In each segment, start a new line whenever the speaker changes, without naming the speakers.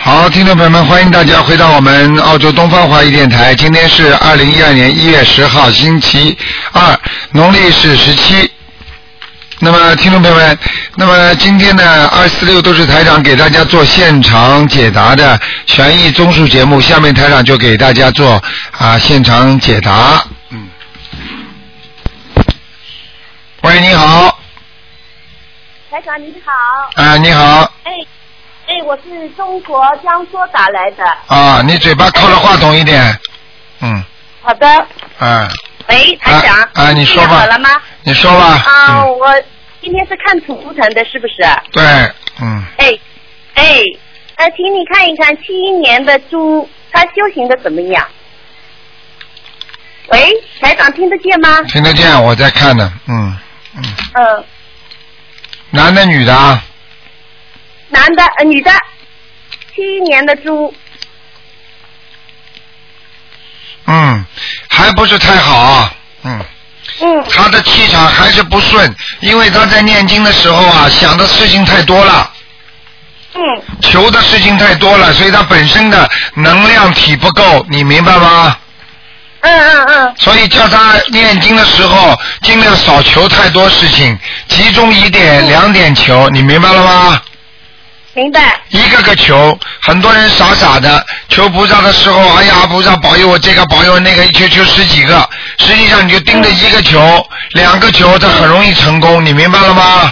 好，听众朋友们，欢迎大家回到我们澳洲东方华语电台。今天是二零一二年一月十号，星期二，农历是十七。那么，听众朋友们，那么今天呢，二四六都是台长给大家做现场解答的悬疑综述节目。下面台长就给大家做啊现场解答。嗯。喂，你好，
台长您好，
啊，你好，
哎，哎，我是中国江苏打来的。
啊，你嘴巴靠着话筒一点，嗯，
好的，
啊，
喂，台长，
啊啊你说吧
听见好了吗？
你说吧，
啊，
嗯，
我今天是看图腾的，是不是？
对，嗯，
哎，哎，呃，请你看一看七一年的猪，它修行的怎么样？喂，台长听得见吗？
听得见，我在看呢，嗯嗯，
嗯、
男的女的啊，
男的，呃，女的，七一年的猪，
嗯，还不是太好，嗯，
嗯，
他的气场还是不顺，因为他在念经的时候啊，想的事情太多了，
嗯，
求的事情太多了，所以他本身的能量体不够，你明白吗？
嗯嗯嗯，
所以叫他念经的时候，尽量少求太多事情，集中一点、两点求，你明白了吗？
明白，
一个个求，很多人傻傻的求菩萨的时候，哎呀，菩萨保佑我这个，保佑我那个，一求求十几个，实际上你就盯着一个求，两个求，它很容易成功，你明白了吗？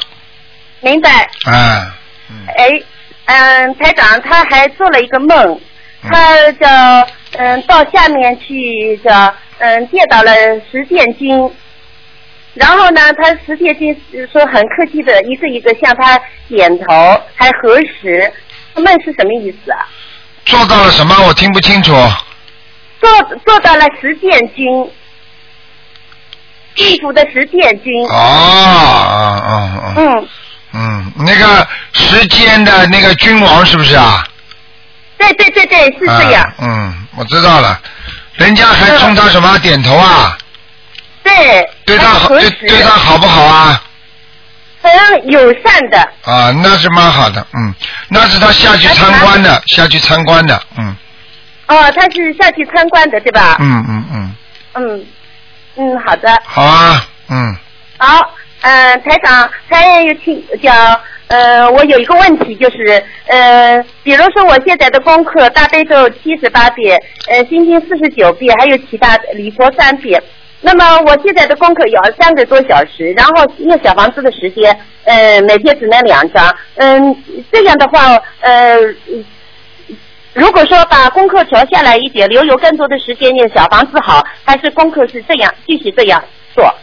明白。
哎，
哎，嗯，台长他还做了一个梦，
嗯
他叫嗯到下面去叫嗯见到了十殿经，然后呢，他十殿经说很客气的一个一个向他点头，还核实。梦是什么意思啊？
做到了什么？我听不清楚。
嗯做做到了十殿经，地府的十殿经。
哦，哦哦哦，
嗯，
嗯，那个时间的那个君王是不是啊？
对对对对，是这样。嗯
啊嗯，我知道了。人家还冲他什么点头啊？
对，
对他
还
好，
核
对
实，
对他好不好啊？
好像友善的。
啊，那是蛮好的，嗯，那是他下去参观的，下去参观的，嗯
哦，他是下去参观的，对吧？
嗯嗯嗯，
嗯，嗯，好的，
好啊，嗯，
好，嗯、台长，还有请讲，呃，我有一个问题，就是，呃，比如说我现在的功课，大悲咒七十八遍，呃，心经四十九遍，还有其他礼佛三遍。那么我现在的功课有呃三个多小时，然后念小房子的时间，呃，每天只能两张，嗯，这样的话，呃，如果说把功课调下来一点，留有更多的时间念小房子好，还是功课是这样继续这样做？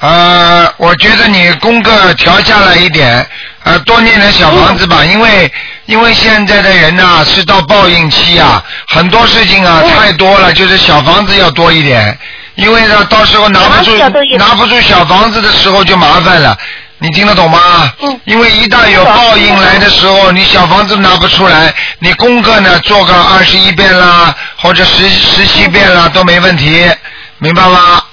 呃，我觉得你功课调下来一点，呃，多念点小房子吧，
嗯
因为因为现在的人呐、是到报应期啊，很多事情啊
嗯
太多了，就是小房子要多一点，因为呢到时候拿不住
小房子要多一点
拿不住小房子的时候就麻烦了，你听得懂吗？
嗯
因为一旦有报应来的时候，你小房子拿不出来，你功课呢做个二十一遍啦，或者十十七遍啦都没问题，明白吗？
嗯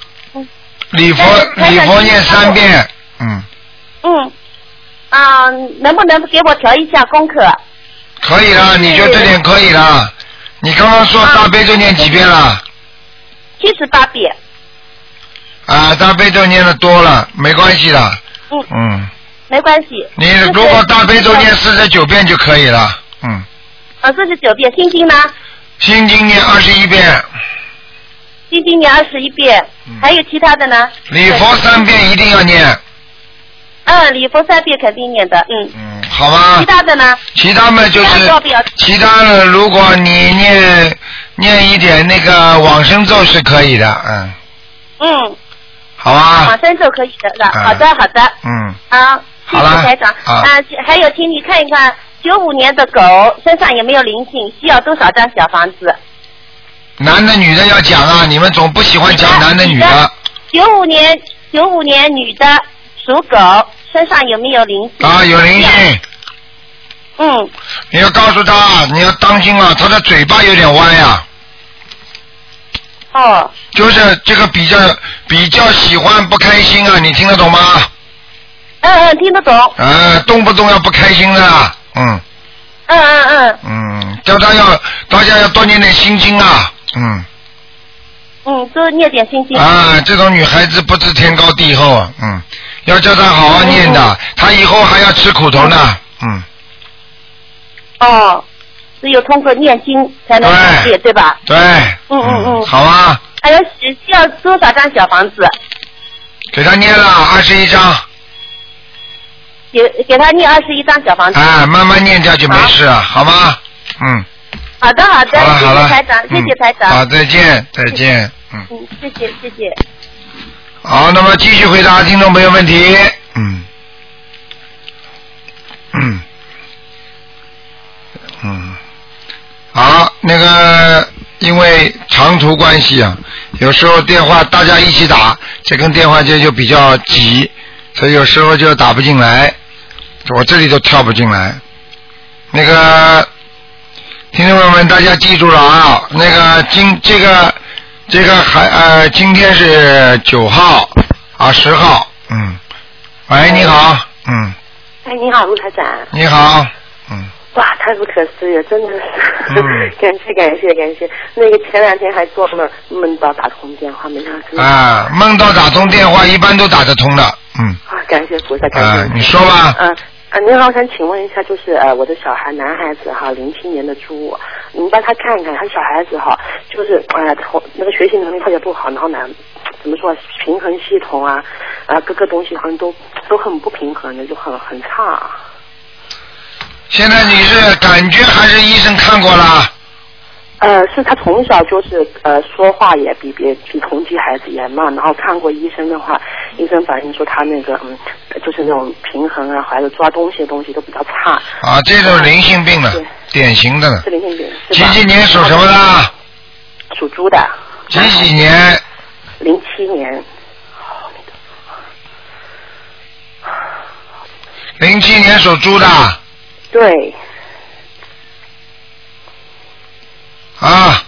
礼佛
但
礼
是台长
佛念
你看
三
我
遍，嗯，
嗯，啊，能不能给我调一下功课？
可以了，你就这点可以了。你刚刚说
啊
大悲咒念几遍了？
七十八遍。
啊，大悲咒念的多了，没关系的，
嗯，
嗯，
没关系。
你
就是
如果大悲咒念四十九遍就可以了，嗯，
呃四十九遍，心经呢？
心经念二十一遍，
心经念二十一遍，
嗯
还有其他的呢？
礼佛三遍一定要念，
嗯，礼佛三遍肯定念的，嗯。
嗯，好吗？
其他的呢？
其他嘛就是
其他要不要
其他的，如果你念念一点那个往生咒是可以的，嗯，
嗯，
好吧
往，生咒可以的，是吧？
啊
好的，好的。
嗯，
啊，谢
好
谢
了
台长。
啊
啊，还有，请你看一看九五年的狗身上有没有灵性，需要多少张小房子？
男的女的要讲啊，你们总不喜欢讲男的女的
九五年，九五年女的，属狗，身上有没有灵性？
啊，有灵性，
嗯，
你要告诉他，你要当心啊，他的嘴巴有点歪啊，
哦，
就是这个比较比较喜欢不开心啊，你听得懂吗？
嗯嗯，听得懂，
啊，动不动要不开心的啊，嗯
嗯嗯嗯，
嗯，嗯，叫他要大家要多念点心经啊，嗯
嗯，多念点心经。
啊，这种女孩子不知天高地厚啊，嗯，要叫她好好念的，她以后还要吃苦头呢，嗯，
哦，只有通过念经才能改变，对吧？
对，
嗯嗯嗯
好啊，
还有需需要多少张小房子？
给她念了二十一章，
给给他念二十一张小房子。
啊，慢慢念下去没事，啊好吗？嗯，
好的好的，
好了好
谢谢
了，
台长，谢
嗯
谢台
好，
长。
再见再见，嗯。
嗯，谢谢谢谢。
好，那么继续回答听众朋友问题。嗯，嗯，嗯，好，那个因为长途关系啊，有时候电话大家一起打，这跟电话间就比较挤，所以有时候就打不进来，我这里都跳不进来。那个听众朋友们，大家记住了啊，那个今这个。这个还呃，今天是九号啊，十号，嗯。喂，你好，嗯，
哎，你好，卢台长。
你好，嗯，
哇，太不可思议了，真的是。
嗯
感谢感谢感谢。那个前两天还做梦，梦到打通电话，没想到真的。
啊，梦到打通电话，一般都打得通的，嗯，
啊，感谢菩萨，感谢
啊
菩，萨。
你说吧，
嗯、啊，您好，我想请问一下，就是呃，我的小孩男孩子哈，零七年的猪，您帮他看看，他小孩子哈，就是呃，同那个学习能力特别不好，然后呢，怎么说，平衡系统啊，啊，各个东西好像都都很不平衡的，就很很差。啊
现在你是感觉还是医生看过了？
呃，是他从小就是呃说话也比别比同级孩子也慢，然后看过医生的话，医生反映说他那个嗯，就是那种平衡啊，还有抓东西的东西都比较差，
啊，这种灵性病了
对，
典型的了
是。零零零是
几
吧？
几年属什么的？
属猪的，
几几年？
零七年。
零七年属猪的
对，
啊，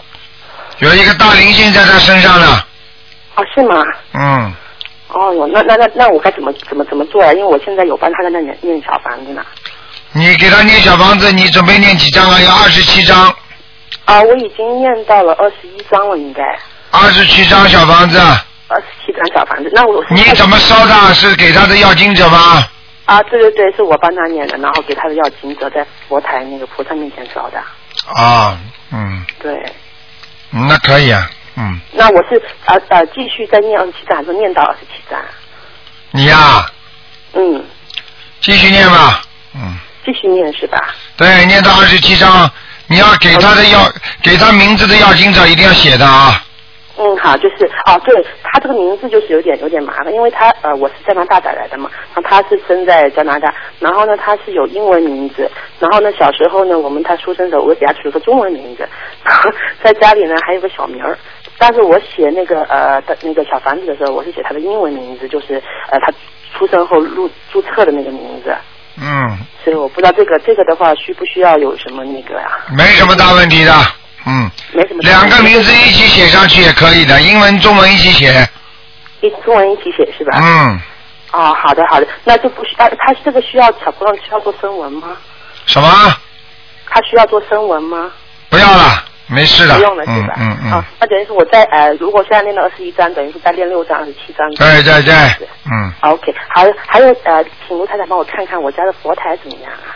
有一个大灵性在他身上呢，
哦，是吗？
嗯。
哦哟，那那那那我该怎么怎么怎么做呀、啊因为我现在有帮他在那念念小房子呢。
你给他念小房子，你准备念几张啊？要二十七张，
啊，我已经念到了二十一章了，应该
二十七张小房子，
二十七章小房子。那我
你怎么烧的？是给他的要经者吗？
啊，对对对，是我帮他念的，然后给他的药金者在佛台那个菩萨面前烧的。
啊，嗯，
对，
那可以啊，嗯，
那我是呃呃继续再念二十七章，还是念到二十七章？
你呀、
嗯，
继续念吧，嗯，
继续念是吧？
对，念到二十七张，你要给他的要给他名字的要经者一定要写的啊，
嗯，好，就是哦，对他这个名字就是有点有点麻烦，因为他呃我是加拿大打来的嘛，然后他是生在加拿大，然后呢他是有英文名字，然后呢小时候呢我们他出生的时候我给他取了个中文名字，然后在家里呢还有个小名儿，但是我写那个呃的那个小房子的时候，我是写他的英文名字，就是呃他出生后入注册的那个名字，
嗯，
所以我不知道这个这个的话需不需要有什么那个呀、
没什么大问题的，嗯，
没什么
两个名字一起写上去也可以的，英文中文一起写，
一中文一起写是吧？
嗯，
哦，好的好的，那就不需要，他这个需要小姑娘需要做声纹吗？
什么？
他需要做声纹吗？
不要了，没事的，
不用了是
嗯
吧？
嗯嗯。
啊，那等于是我再呃，如果现在练到二十一章，等于是再练六章、二十七章。
对对对
对，
嗯，
啊 OK，还有还有呃，请卢台长帮我看看我家的佛台怎么样啊？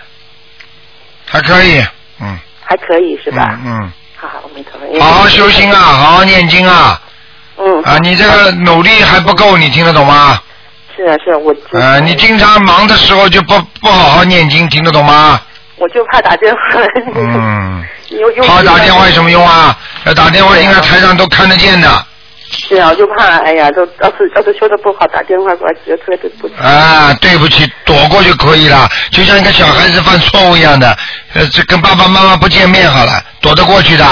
还可以，嗯，
还可以是吧？
嗯
好好，我没头
嗯，好好修心啊，。好好念经啊，
嗯，
啊，你这个努力还不够，你听得懂吗？
是啊是啊，我就
呃，你经常忙的时候就不不好好念经，听得懂吗？
我就怕打电话。
嗯，
有有
好打电话有什么用啊？要打电话应该台上都看得见的，
是啊，我就怕，哎呀，都要是要是修的不好，打电话过来觉得特别对不起。
啊，对不起，躲过就可以了，就像一个小孩子犯错误一样的，呃，这跟爸爸妈妈不见面好了，躲得过去的，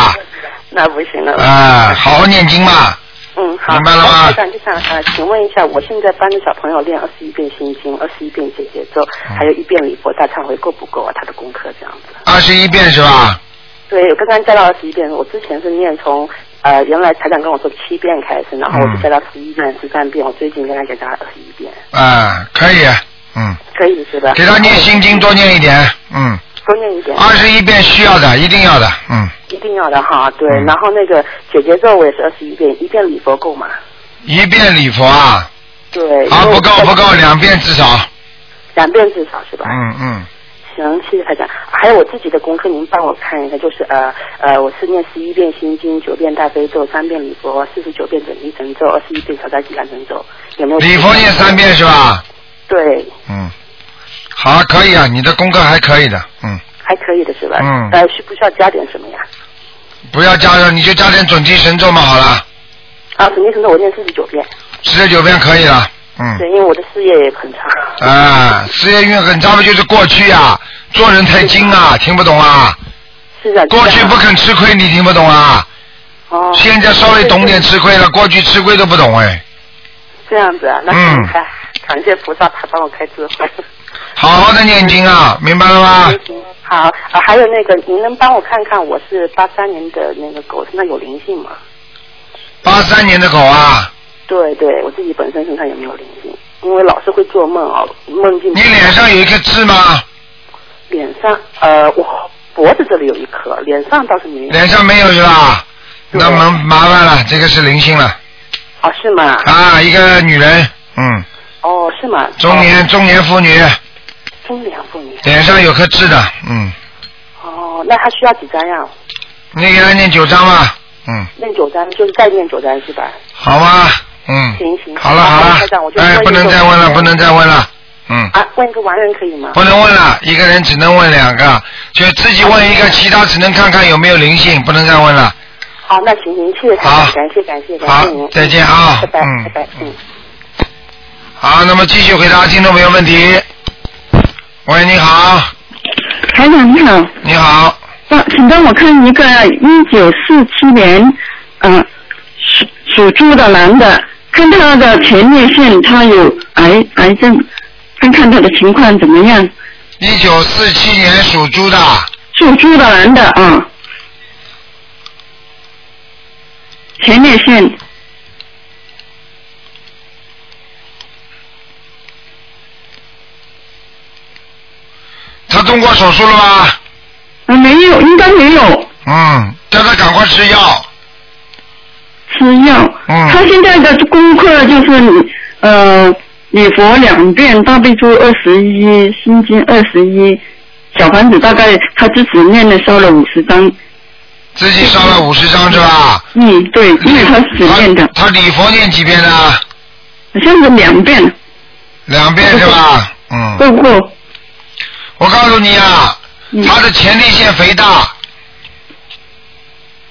那不行了。
啊，好好念经嘛，
嗯，好。
明白了吗
我想就想呃，请问一下，我现在帮着小朋友练二十一遍心经，二十一遍解结咒，
嗯
还有一遍礼佛大忏悔，够不够啊？他的功课这样子。
二十一遍是吧？
对，我刚刚加到二十一遍，我之前是念从呃原来台长跟我说七遍开始，然后我
嗯
就加到十一遍、十三遍，我最近跟他给他二十一遍，
啊，可以，嗯。
可以是吧？
给他念心经多念一点，嗯，
多念一点。
二十一遍需要的，一定要的，嗯，
一定要的哈，对。
嗯
然后那个姐姐咒我也是二十一遍，一遍礼佛够吗？
一遍礼佛啊，啊
对。因为
不
我
够不够，两遍至少，
两遍至少是吧？
嗯嗯，
行，谢谢台长。还有我自己的功课，您帮我看一下，就是呃呃，我是念十一遍心经，九遍大悲咒，三遍礼佛，四十九遍准提神咒，二十一遍小灾吉兰神咒，有没有？
礼佛念三。遍是吧？
对，
嗯，好，可以啊，你的功课还可以的，嗯，
还可以的是吧？
嗯
呃，需不需要加点什么呀？
不要加了，你就加点准提神咒嘛，好了，
啊，准提神咒我念四十九遍，
四十九遍可以了，嗯，
对，因为我的事业也很差。
啊，事业运很差不就是过去啊，做人太精啊，听不懂啊，
是的。
过去
是的
不肯吃亏，你听不懂啊，
哦。
现在稍微懂点吃亏了，过去吃亏都不懂哎，
这样子啊，那
嗯
哎，感谢菩萨，他帮我开智慧。
好好的念经啊，明白了吗？
好啊，还有那个，您能帮我看看我是八三年的那个狗身上有灵性吗？
八三年的狗啊，
对对，我自己本身身上也没有灵性，因为老是会做梦哦，梦境。
你脸上有一颗痣吗？
脸上呃，我脖子这里有一颗，脸上倒是没有。
脸上没有是吧？
对
那麻麻烦了，这个是灵性了
哦，是吗？
啊，一个女人，嗯，
哦，是吗？
中年中年妇女，
哦中年妇女。
脸上有颗痣的，嗯，
哦，那她需要几张呀？
你给她念九章吧，嗯，
念九张，就是再念九张是吧？
好吗？嗯，
行行
好了
好
好
台长
了
我，就
哎，
问
不能
这个
再问了，
问题
不能再问了，嗯，
啊，问一个完人可以吗？
不能问了，一个人只能问两个，就自己问一个，其他只能看看有没有灵性，不能再问了。
好，那行行，谢谢台
好
长，感谢感谢感
好
谢您，
再见啊
拜拜
嗯
拜拜，嗯。
好，那么继续回答听众朋友问题。喂，你好，
台长你好，
你好，
帮请帮我看一个一九四七年，呃，属属猪的男的，看他的前列腺他有癌癌症，看看他的情况怎么样。
一九四七年属猪的，
属猪的男的啊，前列腺
他动过手术了吗？
啊没有，应该没有
嗯，叫他赶快吃药。
吃药。
嗯
他现在的功课就是呃，礼佛两遍，大悲咒二十一，心经二十一，小房子大概他自己念了烧了五十张。
自己烧了五十张是吧？
嗯，对，因为他是只念的，
他他礼佛念几遍呢？
好像是两遍，
两遍是吧？嗯，
够不够？
我告诉你啊，
嗯，
他的前列腺肥大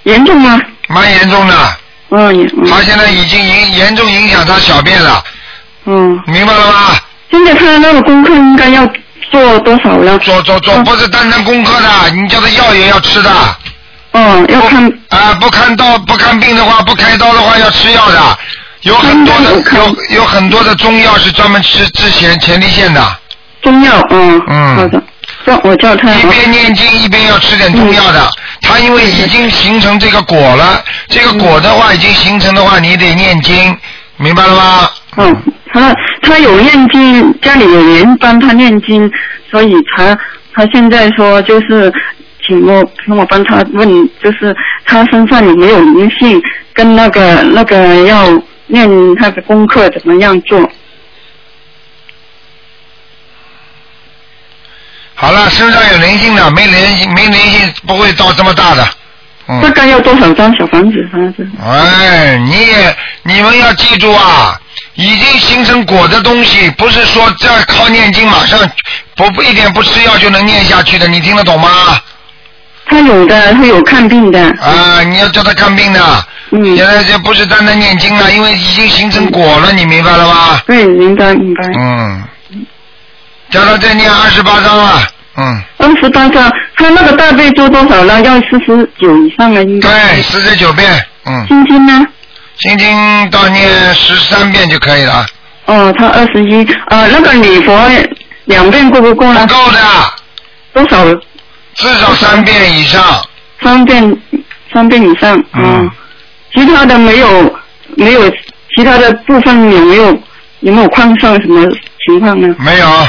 严重吗？
蛮严重的，
嗯，也
他现在已经影严重影响他小便了，
嗯，嗯
明白了吗？
现在他那个功课应该要做多少了？
做做做，不是单单功课的，你叫他药也要吃的。
嗯，要看
啊、不看刀不看病的话，不开刀的话要吃药的，有很多的
嗯看
有有很多的中药是专门吃治前前列腺的，
中药，嗯，
嗯
好的，叫我叫他，
一边念经一边要吃点中药
嗯
的。他因为已经形成这个果了，这个果的话已经形成的话，你得念经，明白了吗？
嗯，他他有念经，家里有人帮他念经，所以他他现在说就是请我请我帮他问，就是他身上有没有灵性，跟那个那个要念他的功课怎么样做？
好了，身上有灵性的，没灵性没灵性不会到这么大的。
大
嗯，
概要多少张小房子？他是
哎，你也你们要记住啊，已经形成果的东西，不是说这靠念经马上不不一点不吃药就能念下去的，你听得懂吗？
他有的，他有看病的，
啊，你要叫他看病的，
嗯，
现在这不是单单念经啊了，因为已经形成果了，你明白了吗？
对，明白明白。
嗯，叫他再念二十八章了。嗯，
二十八张，他那个大悲咒多少呢？要四十九以上啊，
嗯
应该。
对，四十九遍。嗯，
心经呢？
心经到念十三遍就可以了，
哦，他二十一，呃，那个礼佛两遍够不
嗯
啊够
不
呢？
够的，
多少？
至少三遍以上。
三遍，三遍以上。
嗯
哦，其他的没有，没有，其他的部分有没有有没有况上什么情况呢？
没有。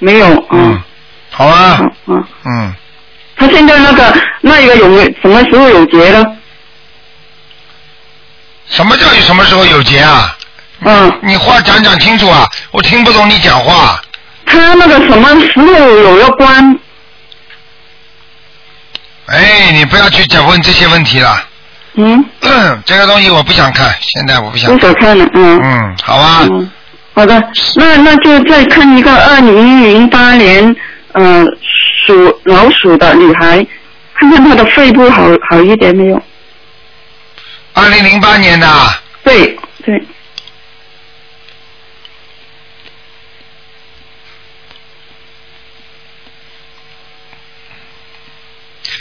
没有。哦
嗯，，好吧
好，，嗯，
嗯，
他现在那个那一个有没有什么时候有结呢？
什么叫什么时候有结啊？
嗯，
你话讲讲清楚啊，我听不懂你讲话。
他那个什么时候有要关？
哎，你不要去讲问这些问题了，
嗯，
这个东西我不想看，现在我不想
不。想看了，嗯。
嗯，好啊，
嗯，好的，那那就再看一个二零零八年，呃，属老鼠的女孩，看看她的肺部好好一点没有？
二零零八年的啊，
对对，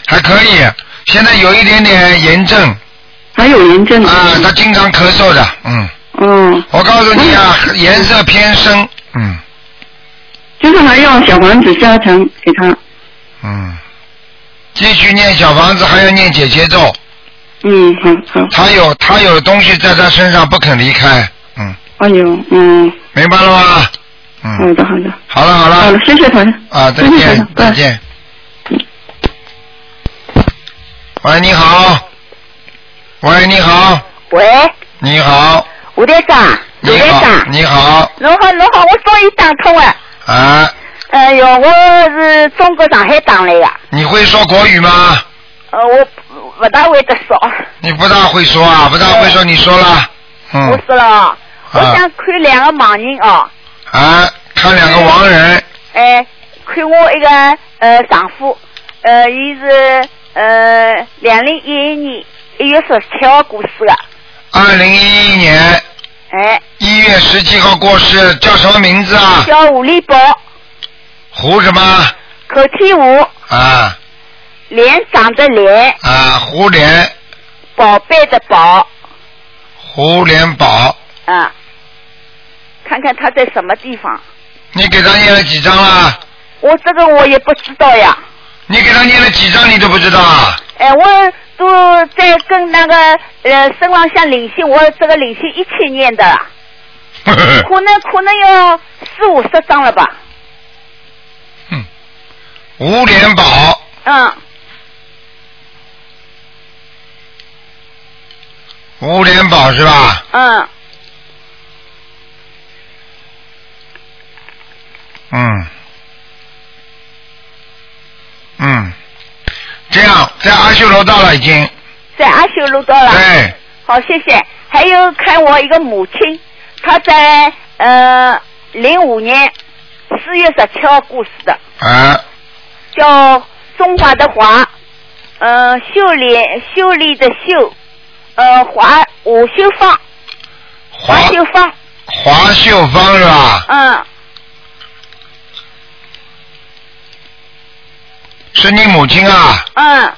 还可以，现在有一点点炎症
还有炎症。
啊，他经常咳嗽的，嗯，
嗯，
我告诉你啊，颜色偏深，嗯
就是还要小房子加强给她。
嗯，继续念小房子，还要念姐姐咒，
嗯，好好，
他有他有东西在他身上不肯离开，嗯，
哎呦，嗯，
明白了吗？
好
嗯，
的好的，
好了好
好
了
的，，谢谢团长。
啊，再
谢谢
嗯
见
团长
再。见。喂，你好。喂，你好，
喂，
你好，
吴队长，卢
你
队
好，
长，
你好，
侬好侬好，我终于打通了。
啊，
哎呦，我是中国上海打来的，
你会说国语吗？
呃，我不大会得说，
你不大会说啊，不大会说，你说啦。
我
嗯，
说了啊，我想看两个盲人哦，
啊，看两个亡人，
哎，看我一个呃丈夫，呃，伊是呃两零一一年一月十七号过世的，
二零一一年
哎，
一月十七号过世，叫什么名字啊？
叫胡立宝，
胡什么？
口天胡，
啊
脸长得脸，
啊，胡连
宝贝的宝。
胡连宝，
啊，看看他在什么地方。
你给他念了几张啦？
我这个我也不知道呀，
你给他念了几张你都不知道啊？
哎，我都在跟那个呃声望像领性，我这个领性一起念的，
呵呵呵
可能可能要四五十张了吧。
胡连宝，
嗯，
胡连宝是吧？
嗯，
嗯，嗯，这样在阿修罗道了已经，
在阿修罗道了。
对，
好，谢谢。还有看我一个母亲，她在呃零五年四月十七号过世的。
啊，
叫中华的华，呃，秀莲秀丽的秀，呃，华吴秀芳，
华
华秀芳，
华秀芳是吧？
嗯，
是你母亲啊？
嗯，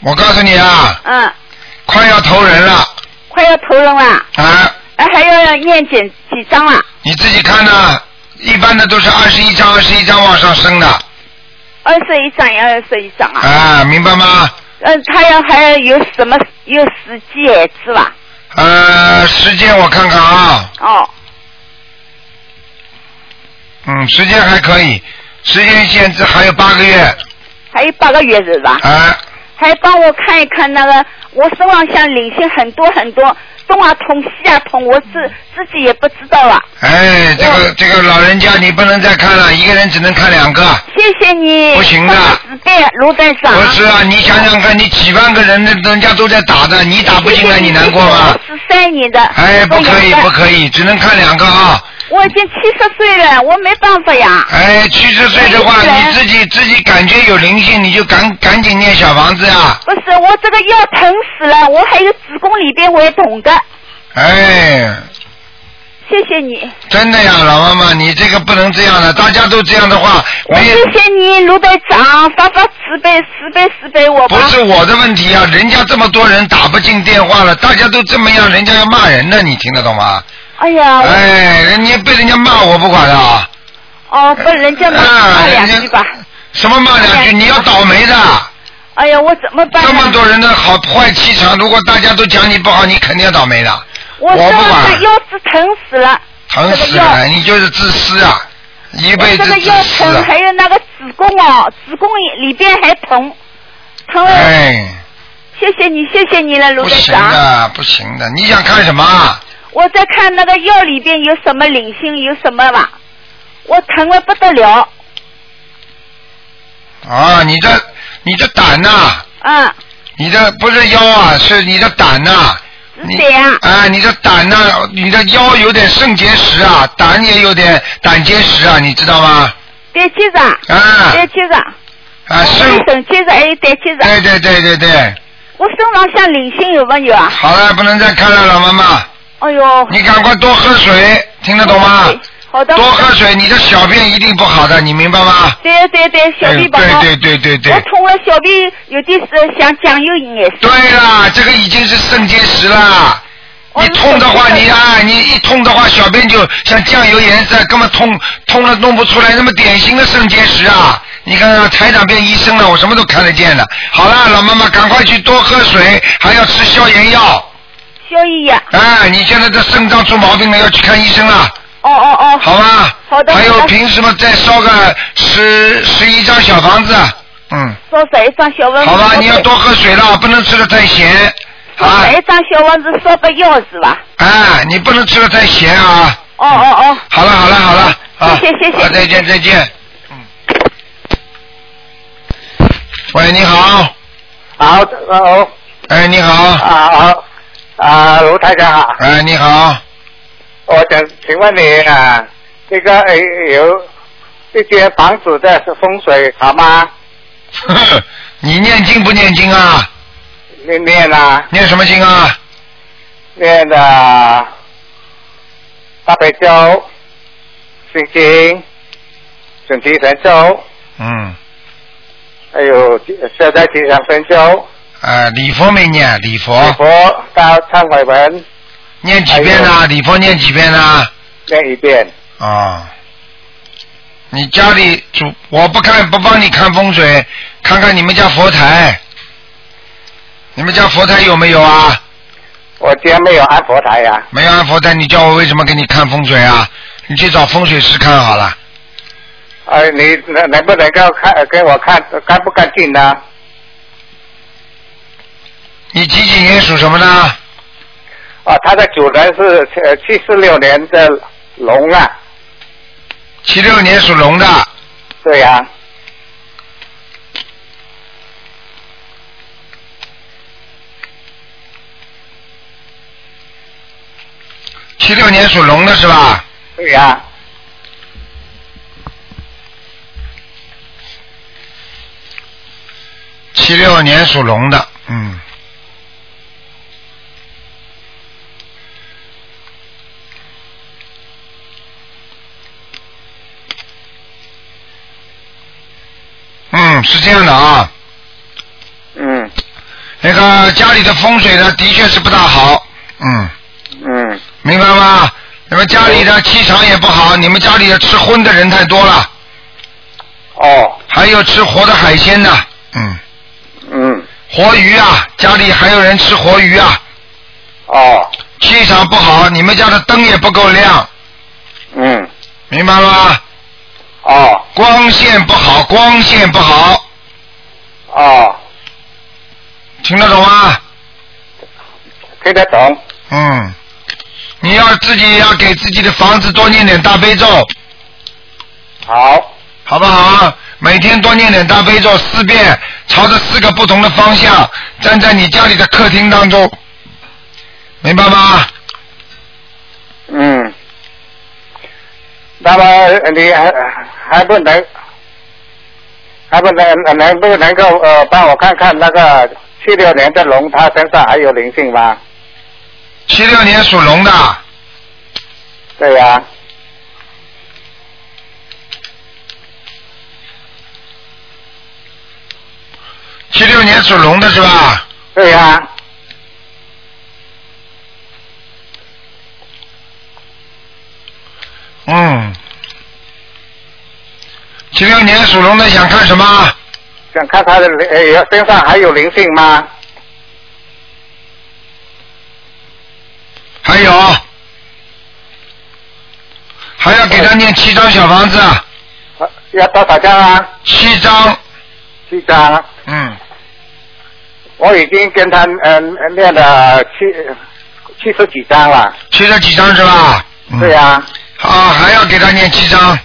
我告诉你啊，
嗯，
快要投人了
快要投人了，
啊！
哎，还要念几几张啊？
你自己看呢、一般的都是二十一张、二十一张往上升的，
二十一张，二十一张啊。
啊，明白吗？
嗯，他要还有什么有十几孩子吧？
呃，时间我看看啊，
哦，
嗯，时间还可以，时间限制还有八个月，
还有八个月是吧？
啊，
还帮我看一看那个，我身上像灵性很多很多，东啊痛西啊痛，我
嗯
自自己也不知道啊。
哎，这个这个老人家你不能再看了，一个人只能看两个。
谢谢你，
不行的
慈悲卢队长。
不是啊，你想想看，你几万个人，那人家都在打的，你打不进来，你难过吗？
十三年的。
哎，不可以，不
以。
可以，只能看两个啊。
我已经七十岁了，我没办法呀。
哎，七十岁的话，
哎对
你自己自己感觉有灵性，你就赶赶紧念小房子呀、
不是，我这个腰疼死了，我还有子宫里边我也痛的。
哎，
谢谢你，
真的呀，老妈妈，你这个不能这样的，大家都这样的话，
我
没
谢谢你，卢队长，发发慈悲，慈悲慈悲我吧
不。是我的问题啊，人家这么多人打不进电话了，大家都这么样，人家要骂人的，你听得懂吗？
哎呀，我
哎，人家被人家骂我不管的啊。
哦，不，人家骂
啊
骂
人
两
家
句吧。
什么骂两
哎
句？你要倒霉的。
啊、哎呀，我怎么办呢？
这么多人的好坏气场，如果大家都讲你不好，你肯定要倒霉的，
我
我
这
不
个
管
是腰子疼死了，
疼死
这个
了！
腰
你就是自私啊，一
我
辈
这
子自
个腰
私
疼，
啊！
还有那个子宫哦，子宫里边还疼，疼了。
哎，
谢谢你，谢谢你了，卢
不
队
行
长。
的，不行的！你想看什么啊？
我在看那个药里边有什么灵性，有什么吧？我疼的不得了，
啊，你的你的胆呐、
嗯，
你的不是腰啊，是你的胆呐、
是
你
谁呀？
啊，你的胆呐、你的腰有点肾结石啊，胆也有点胆结石啊，你知道吗？
胆结石啊，
啊
胆结石啊，
啊，肾
有，肾结石还有胆结石啊，
对对对对对，
我身上像灵性有没有啊？
好了，不能再看了，老妈妈，
哎呦，哎
你赶快多喝水，听得懂吗？
好的，
多喝水，你的小便一定不好的，你明白吗？哎
对对对，小
对
臂宝宝，
对对对对
我
对，
痛了小臂有点是想讲有眼色，
对啦，这个已经是肾结石啦。
我
你
是
痛的话，
肾结石
你啊，你一痛的话，小便就像酱油颜色，根本痛痛了弄不出来，那么典型的肾结石啊！你看看台长变医生了，我什么都看得见了。好了，老妈妈，赶快去多喝水，还要吃消炎药。
小姨呀，
哎，你现在这肾脏出毛病了，要去看医生了，
哦哦哦，
好吧？
好的
还
好
有
的
凭什么再烧个十十一张小房子？嗯，
多少一张小蚊子？
好吧，你要多喝水了，不能吃的太咸
多
啊
少！一张小蚊子烧个药是吧？
哎，你不能吃的太咸啊！
哦哦哦，
好了好了好了，啊，
谢谢谢谢
啊，再见再见。嗯。喂，你好，
好，哦，
哎，你好，
啊好，啊卢台长好，
哎，你好，
我想请问你啊，这个呃有一间房子的风水好吗？
呵呵你念经不念经啊？
念念啊，
念什么经啊？
念的大悲咒、心经、准提神咒，
嗯，
还有现在吉祥神咒、
啊，礼佛没念，礼
礼
佛
佛到忏悔文
念几遍呢、
还
礼佛念几遍呢、啊？
念一遍。
你家里主，我不看，不帮你看风水，看看你们家佛台，你们家佛台有没有啊？
我家没有安佛台呀、
没安佛台，你叫我为什么给你看风水啊？你去找风水师看好了。
呃，你能能不能够看给我看干不干净呢？
你几几年属什么的？
啊，它的主人是呃七四六年的龙啊，
七六年属龙的，
对呀、
七六年属龙的是吧？
对呀、
七六年属龙的，嗯。嗯，是这样的啊，
嗯
那个家里的风水呢，的确是不大好，嗯。
嗯，
明白吗？你们家里的气场也不好，你们家里的吃荤的人太多了，
哦，
还有吃活的海鲜的，嗯，
嗯
活鱼啊，家里还有人吃活鱼啊，
哦，
气场不好，你们家的灯也不够亮，
嗯
明白吗？
哦
光线不好，光线不好，
哦，
听得懂吗？
听得懂
嗯，你要自己要给自己的房子多念点大悲咒，
好，
好不好啊？每天多念点大悲咒四遍，朝着四个不同的方向，站在你家里的客厅当中，明白吗？
嗯。那么呃你还还不能，还不能能不能够呃帮我看看那个七六年的龙，它身上还有灵性吗？
七六年属龙的，
对呀、
七六年属龙的是吧？
对呀、
嗯。七六年属龙的想看什么？
这想看他的呃身上还有灵性吗？
还有，还要给他念七张小房子，
呃要多少张啊？
七张，
七张。
嗯，
我已经跟他嗯、呃、念了七七十几张了。
七十几张是吧？嗯
对。呀、
啊，还要给他念七张，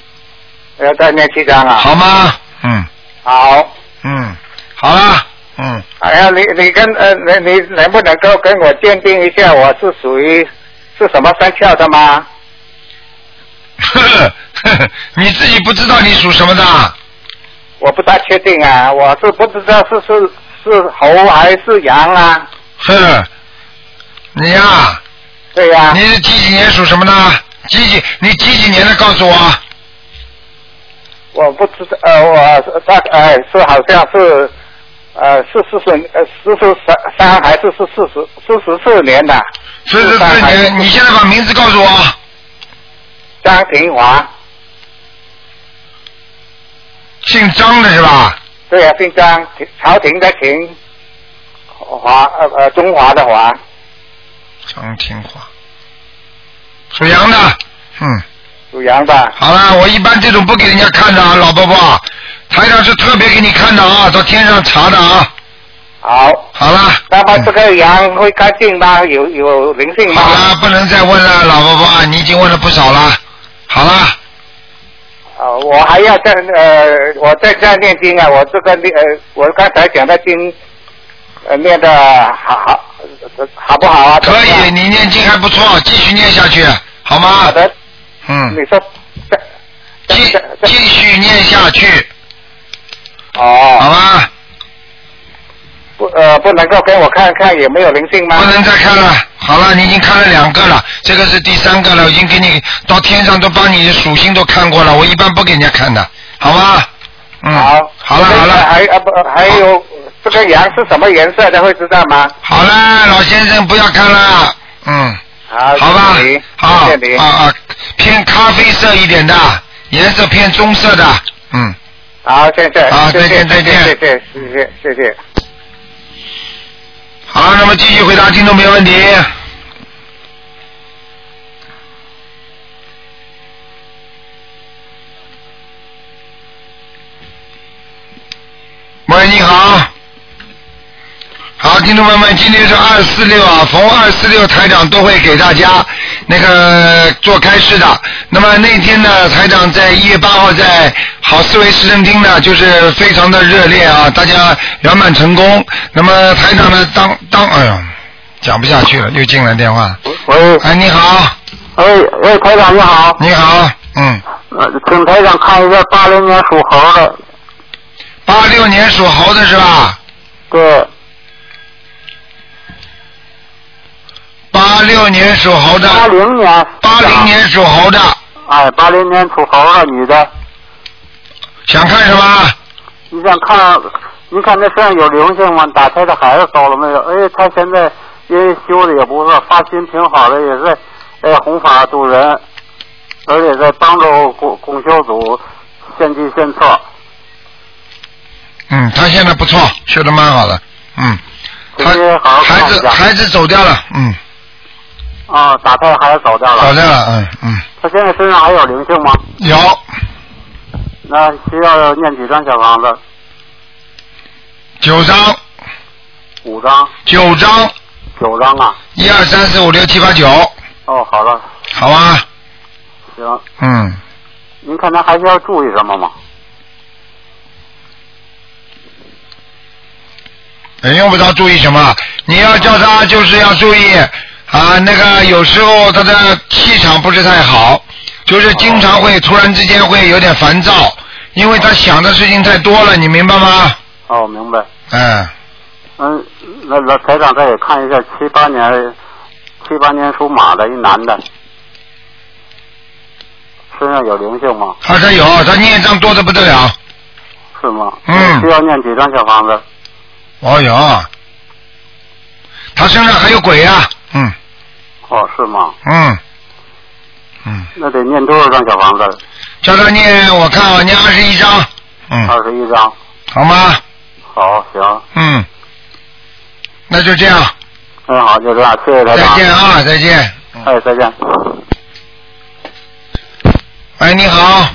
要再念七张啊。
好吗？嗯
好。
嗯，好了，嗯，
哎呀，你你跟呃你你能不能够跟我鉴定一下，我是属于是什么生肖的吗？
呵呵呵呵， 你自己不知道你属什么的啊？
我不太确定啊，我是不知道是是是猴还是羊啊？
呵呵，你呀、
对呀、
你是几几年属什么的？几几？你几几年的？告诉我。
我不知道呃，我大呃是好像是呃是四十呃四十三三还是是四十四十四年的
四十四年，你现在把名字告诉我。
张廷华，
姓张的是吧？
对呀、姓张，廷朝廷的廷，华呃呃中华的华，
张廷华，属羊的。嗯，
属羊的。
好了，我一般这种不给人家看的啊，老伯伯，台长是特别给你看的啊，到天上查的啊。
好，
好了。
那么这个羊会干净吗？有有灵性吗？
好啊了，不能再问了，老伯伯，你已经问了不少了。好了，
呃，我还要在呃，我在家念经啊，我这个念呃，我刚才讲的经，呃，念的好好好不好啊？
可
怎么
以，
样
你念经还不错，继续念下去，好吗
好？的，
嗯
啊你，说这这
继
这
继
这
续念下去，好
哦，
吧？
不呃，不能够给我看看有没有灵性吗
不？能再看了，好了，你已经看了两个了，这个是第三个了，已经给你到天上都帮你的属性都看过了，我一般不给人家看的，好吗？嗯，
好，
好了
啊这个
好了
还呃不还有这个羊是什么颜色的会知道吗？
好了，老先生不要看了，嗯，
好，
好吧
谢谢你，
好
谢谢你
啊，啊，偏咖啡色一点的，颜色偏棕色的，嗯，
好，谢谢，
好
谢
再
谢
见再见
谢谢，谢谢，谢谢。
好了，那么继续回答听众朋友问题。喂，你好。好，听众朋友们，今天是二四六啊，逢二四六台长都会给大家那个做开市的。那么那天呢，台长在一月八号在好思维市政厅呢，就是非常的热烈啊，大家圆满成功。那么台长呢，当当，哎呦，讲不下去了，又进来电话。
喂
哎，你好，
喂喂，台长你好，
你好，嗯，
呃，请台长看一个八零年属猴的，
八六年属猴的是吧？
对，
八六年属猴的，
八零年，
八零，年属猴的，
哎，八零年属猴的女的，
想看什么？
你想看，你看这身上有灵性吗？打胎的孩子走了没有？哎，他现在因为修的也不错，发心挺好的，也是哎弘法度人，而且在帮助供供修组献计献策，
嗯，他现在不错，修的蛮好的，嗯，
请你好
他
好
孩
看一
子
下。
孩子走掉了，嗯，
啊，打胎的孩子走掉
走
了，
掉了，嗯嗯，
他现在身上还有灵性吗？
有
那需要念几张小房子？
九张，
五张、
九张，
九张啊？
一二三四五六七八九，
哦，好了，
好吧，
行。
嗯，
您看他还需要注意什么吗？
也用不着注意什么，你要叫他就是要注意啊，那个有时候他的气场不是太好，就是经常会突然之间会有点烦躁，因为他想的事情太多了，你明白吗？
哦，明白。
嗯，
嗯，那那台长再给看一下，七八年，七八年属马的一男的，身上有灵性吗？
他他有，他孽障多的不得了，
是吗？
嗯
需要念几张小房子？
哦哟，他身上还有鬼呀、嗯
哦，是吗？
嗯嗯，
那得念多少张小房子？
叫他念，我看啊，念二十一章，嗯，
二十一张。
好吗？
好，行，
嗯，那就这样，
嗯，好，就这样，谢谢台
再
长。
见啊，再见。
哎，再见。
喂，哎你好，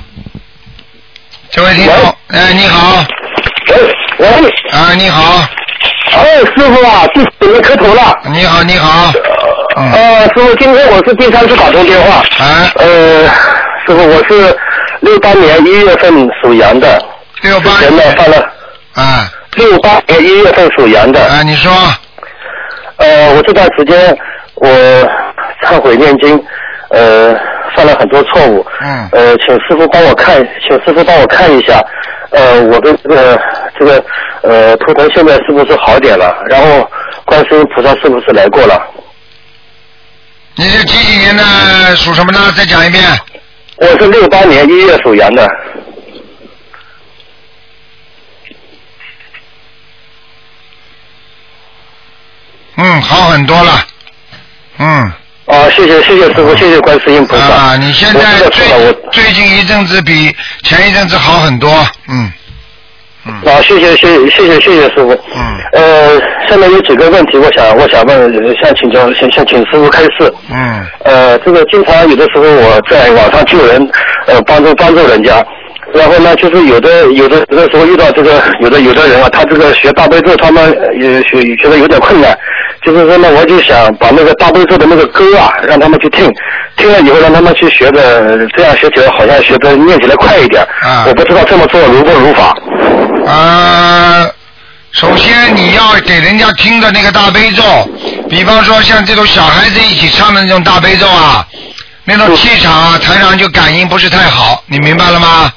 这位听众，哎，你好，
喂哎喂，
啊，你好，
哎，师傅啊，弟子们磕头了。
你好，你好，嗯
呃，师傅，今天我是第三次打通电话。
哎，
呃，师傅，我是六八年一月份属羊的，
六八
人呢
年，
犯了
啊，
六八年一月份属羊的。
啊，你说，
呃，我这段时间我忏悔念经，呃，犯了很多错误。
嗯
呃，请师傅帮我看，请师傅帮我看一下，呃，我的这个这个呃图腾现在是不是好点了？然后观世音菩萨是不是来过了？
你是几几年的，属什么呢？再讲一遍，
我是六八年一月属羊的，
嗯，好很多了，嗯，
啊，谢谢谢谢师傅，谢谢观世音菩萨。
啊，你现
我
在
知道错了，
最
我
最近一阵子比前一阵子好很多，嗯，嗯，
啊，谢谢，谢谢，谢谢，谢谢师傅。
嗯
呃，下面有几个问题，我想，我想问，呃想请教，想想请师傅开示。
嗯，
呃，这个经常有的时候我在网上救人，呃，帮助帮助人家。然后呢，就是有的有的有的时候遇到这个有的有的人啊，他这个学大悲咒，他们呃也学觉得有点困难，就是说呢，我就想把那个大悲咒的那个歌啊，让他们去听，听了以后让他们去学的，这样学起来好像学的念起来快一点。
啊
我不知道这么做如不如法。
呃，首先你要给人家听的那个大悲咒，比方说像这种小孩子一起唱的那种大悲咒啊，那种气场啊，
嗯
台上就感应不是太好，你明白了吗？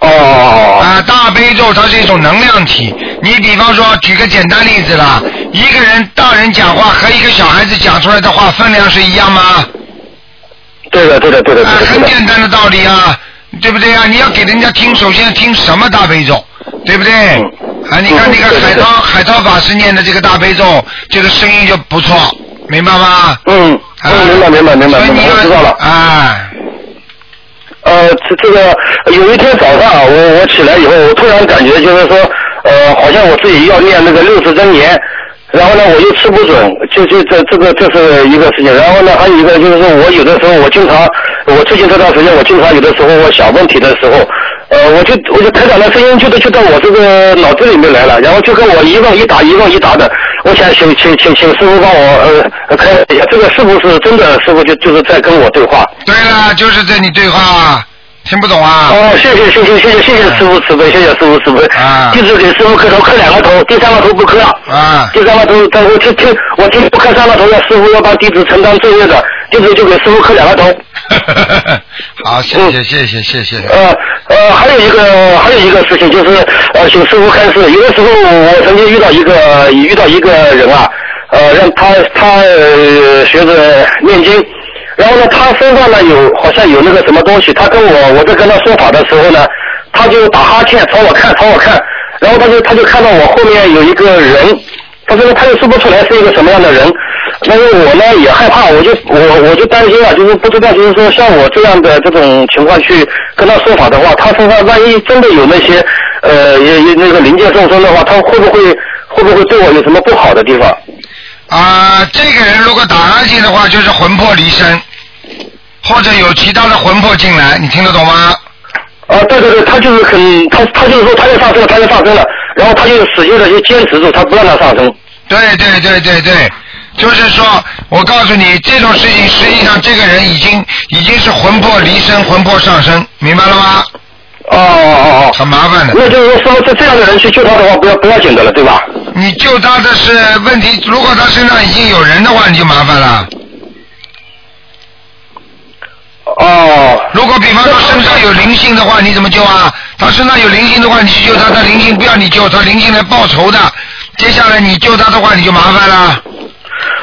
哦
啊，大悲咒它是一种能量体。你比方说，举个简单例子啦，一个人大人讲话和一个小孩子讲出来的话分量是一样吗？
对的，对的，对的，
啊，
对的。
很
对的
简单的道理啊，对不对啊？你要给人家听，首先听什么大悲咒，对不对？啊，你看那个
嗯对对
海
对
涛海涛法师念的这个大悲咒，这个声音就不错，明白吗？
嗯，
啊
嗯，明白，明白，明白，
所以
明
你
白，我知道
要
了。
啊，
呃，这这个有一天早上啊，我我起来以后，我突然感觉就是说，呃，好像我自己要念那个六字真言，然后呢，我又吃不准，就就这这个这是一个事情。然后呢，还有一个就是说我有的时候我经常，我最近这段时间我经常有的时候我想问题的时候，呃，我就我就台长的声音就到就到我这个脑子里面来了，然后就跟我一问一答一问一答的，我想请请请请师傅帮我呃看一下，这个是不是真的师傅就就是在跟我对话？
对了，就是这你对话听不懂啊？
哦，谢谢谢谢谢谢谢谢师傅慈悲，谢谢师傅慈悲。
啊
弟子给师傅磕头，磕两个头，第三个头不磕了。
啊，
第三个头，但是听听我听不磕三个头，要师傅要帮弟子承担罪业的，弟子就给师傅磕两个头。
好，谢
嗯
谢谢谢谢谢。
呃呃，还有一个还有一个事情就是，呃，请师傅开示。有的时候我曾经遇到一个遇到一个人啊，呃，让他他、呃、学着念经，然后呢，他身上呢有好像有那个什么东西，他跟我我在跟他说法的时候呢，他就打哈欠朝我看朝我看，然后他就他就看到我后面有一个人，他说他又说不出来是一个什么样的人，但是我呢也害怕，我就我我就担心啊，就是不知道，就是说像我这样的这种情况去跟他说法的话，他身上万一真的有那些呃也也那个灵界众生的话，他会不会会不会对我有什么不好的地方？
啊、这个人如果打哈欠的话，就是魂魄离身，或者有其他的魂魄进来，你听得懂吗？
啊，对对对，他就是很他他就是说他就上升了，他就上升了，然后他就使劲的就坚持住，他不让他上升。
对对对对对，就是说，我告诉你，这种事情实际上这个人已经已经是魂魄离身，魂魄上升，明白了吗？
哦哦哦哦，
很麻烦的。
那就是说说这这样的人去救他的话，不要不要紧的了，对吧？
你救他的是问题，如果他身上已经有人的话，你就麻烦了。
哦。
如果比方说身上有灵性的话，你怎么救啊？他身上有灵性的话，你去救他，他灵性不要你救，他灵性来报仇的。接下来你救他的话，你就麻烦了。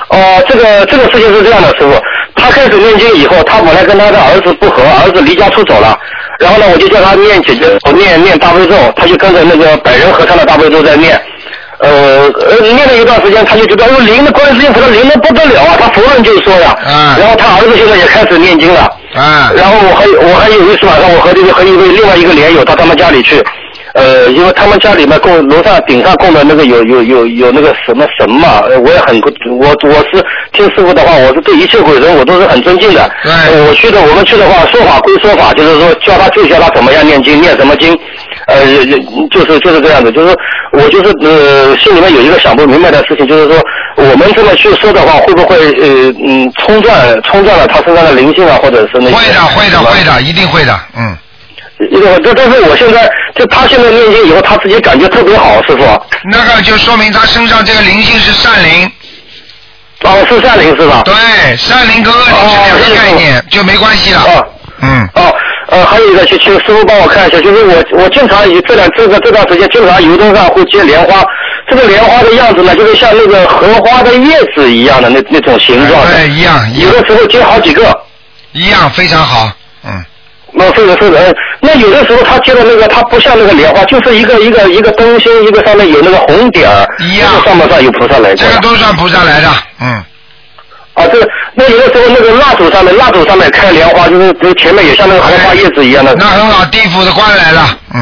哦，这个这个事情是这样的，师傅，他开始念经以后，他本来跟他的儿子不和，儿子离家出走了，然后呢，我就叫他念姐姐，我念念大悲咒，他就跟着那个百人和尚的大悲咒在念。呃，呃，念了一段时间，他就觉得哦，灵的观世音菩萨灵的不得了啊，他逢人就说呀。
嗯
然后他儿子现在也开始念经了。
啊、
然后我还我还有一次晚上，我和这个和一位另外一个连友到他们家里去，呃，因为他们家里面供楼上顶上供的那个有有有有那个什么神嘛，呃我也很我我是听师傅的话，我是对一切鬼神我都是很尊敬的。
对
呃我去的我们去的话，说法归说法，就是说教他就教他怎么样念经，念什么经，呃，就是就是这样子，就是我就是呃心里面有一个想不明白的事情，就是说我们这么去说的话，会不会呃嗯冲撞冲撞了他身上的灵性啊，或者是那些
会的，会的，会的，一定会的，嗯。
因为我这但是我现在就他现在念经以后，他自己感觉特别好，师傅。
那个就说明他身上这个灵性是善灵，
哦，是善灵是吧？
对，善灵跟恶灵是两个概念，就没关系
哦
了。嗯，
哦，呃，还有一个，请请师傅帮我看一下，就是我我经常以这段这个这段时间经常油灯上会结莲花，这个莲花的样子呢，就是像那个荷花的叶子一样的那那种形状的，
对，哎一样，一
有
样，
的时候结好几个。
一样，非常好。嗯，
那是的，是的。呃那有的时候它结的那个，它不像那个莲花，就是一个一个一个灯芯，一个上面有那个红点儿，
一样
这个算不算有菩萨来过
这
呀？
个都算菩萨来的。嗯，
啊，这那有的时候那个蜡烛上面，蜡烛上面开莲花，就是就是前面也像那个荷花叶子一样的。
那很好，地府的官来了。嗯，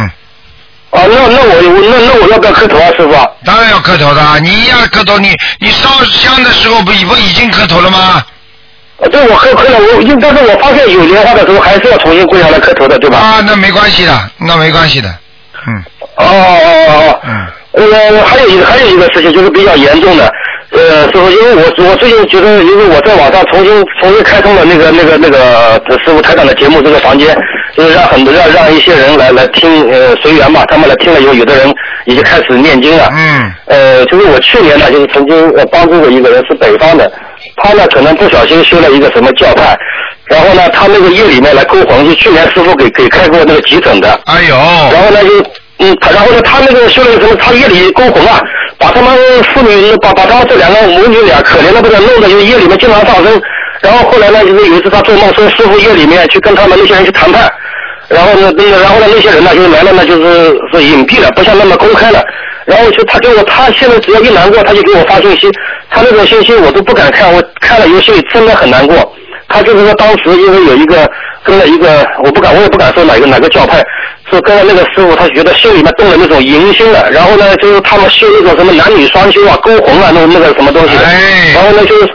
啊，那那我我那那我要不要磕头啊，师傅啊？
当然要磕头的啊，你一样磕头，你你烧香的时候不已不已经磕头了吗？
啊对，我磕磕了，我因但是我发现有莲花的时候，还是要重新跪下来磕头的，对吧？
啊，那没关系的，那没关系的。嗯
哦哦哦哦。
嗯，
我我还有一个还有一个事情就是比较严重的，呃，师傅，因为我我最近觉得，因为我在网上重新重新开通了那个那个那个呃师傅台长的节目这个房间，就是让很多让让一些人来来听呃随缘吧，他们来听了以后，有的人已经开始念经了。
嗯。
呃，就是我去年呢，就是曾经呃帮助过一个人，是北方的，他呢可能不小心修了一个什么教派，然后呢，他那个夜里面来勾魂，就去年师傅给给开过那个急诊的。
哎呦，
然后呢就嗯，他然后呢他那个修了什么，他夜里勾魂啊，把他们父女把把他们这两个母女俩可怜的不得，弄得就夜里面经常放生。然后后来呢，就是有一次他做梦说师傅夜里面去跟他们那些人去谈判，然后呢，那个然后呢那些人呢就是来了呢就是是隐蔽了，不像那么公开了。然后就他给我，他现在只要一难过，他就给我发信息，他那种信息我都不敢看，我看了以后心里真的很难过。他就是说当时因为有一个跟了一个，我不敢我也不敢说哪个哪个教派，是跟了那个师傅，他觉得心里面动了那种淫心了，然后呢就是他们修那种什么男女双修啊、勾魂啊那种那个什么东西的，
哎
然后呢就是。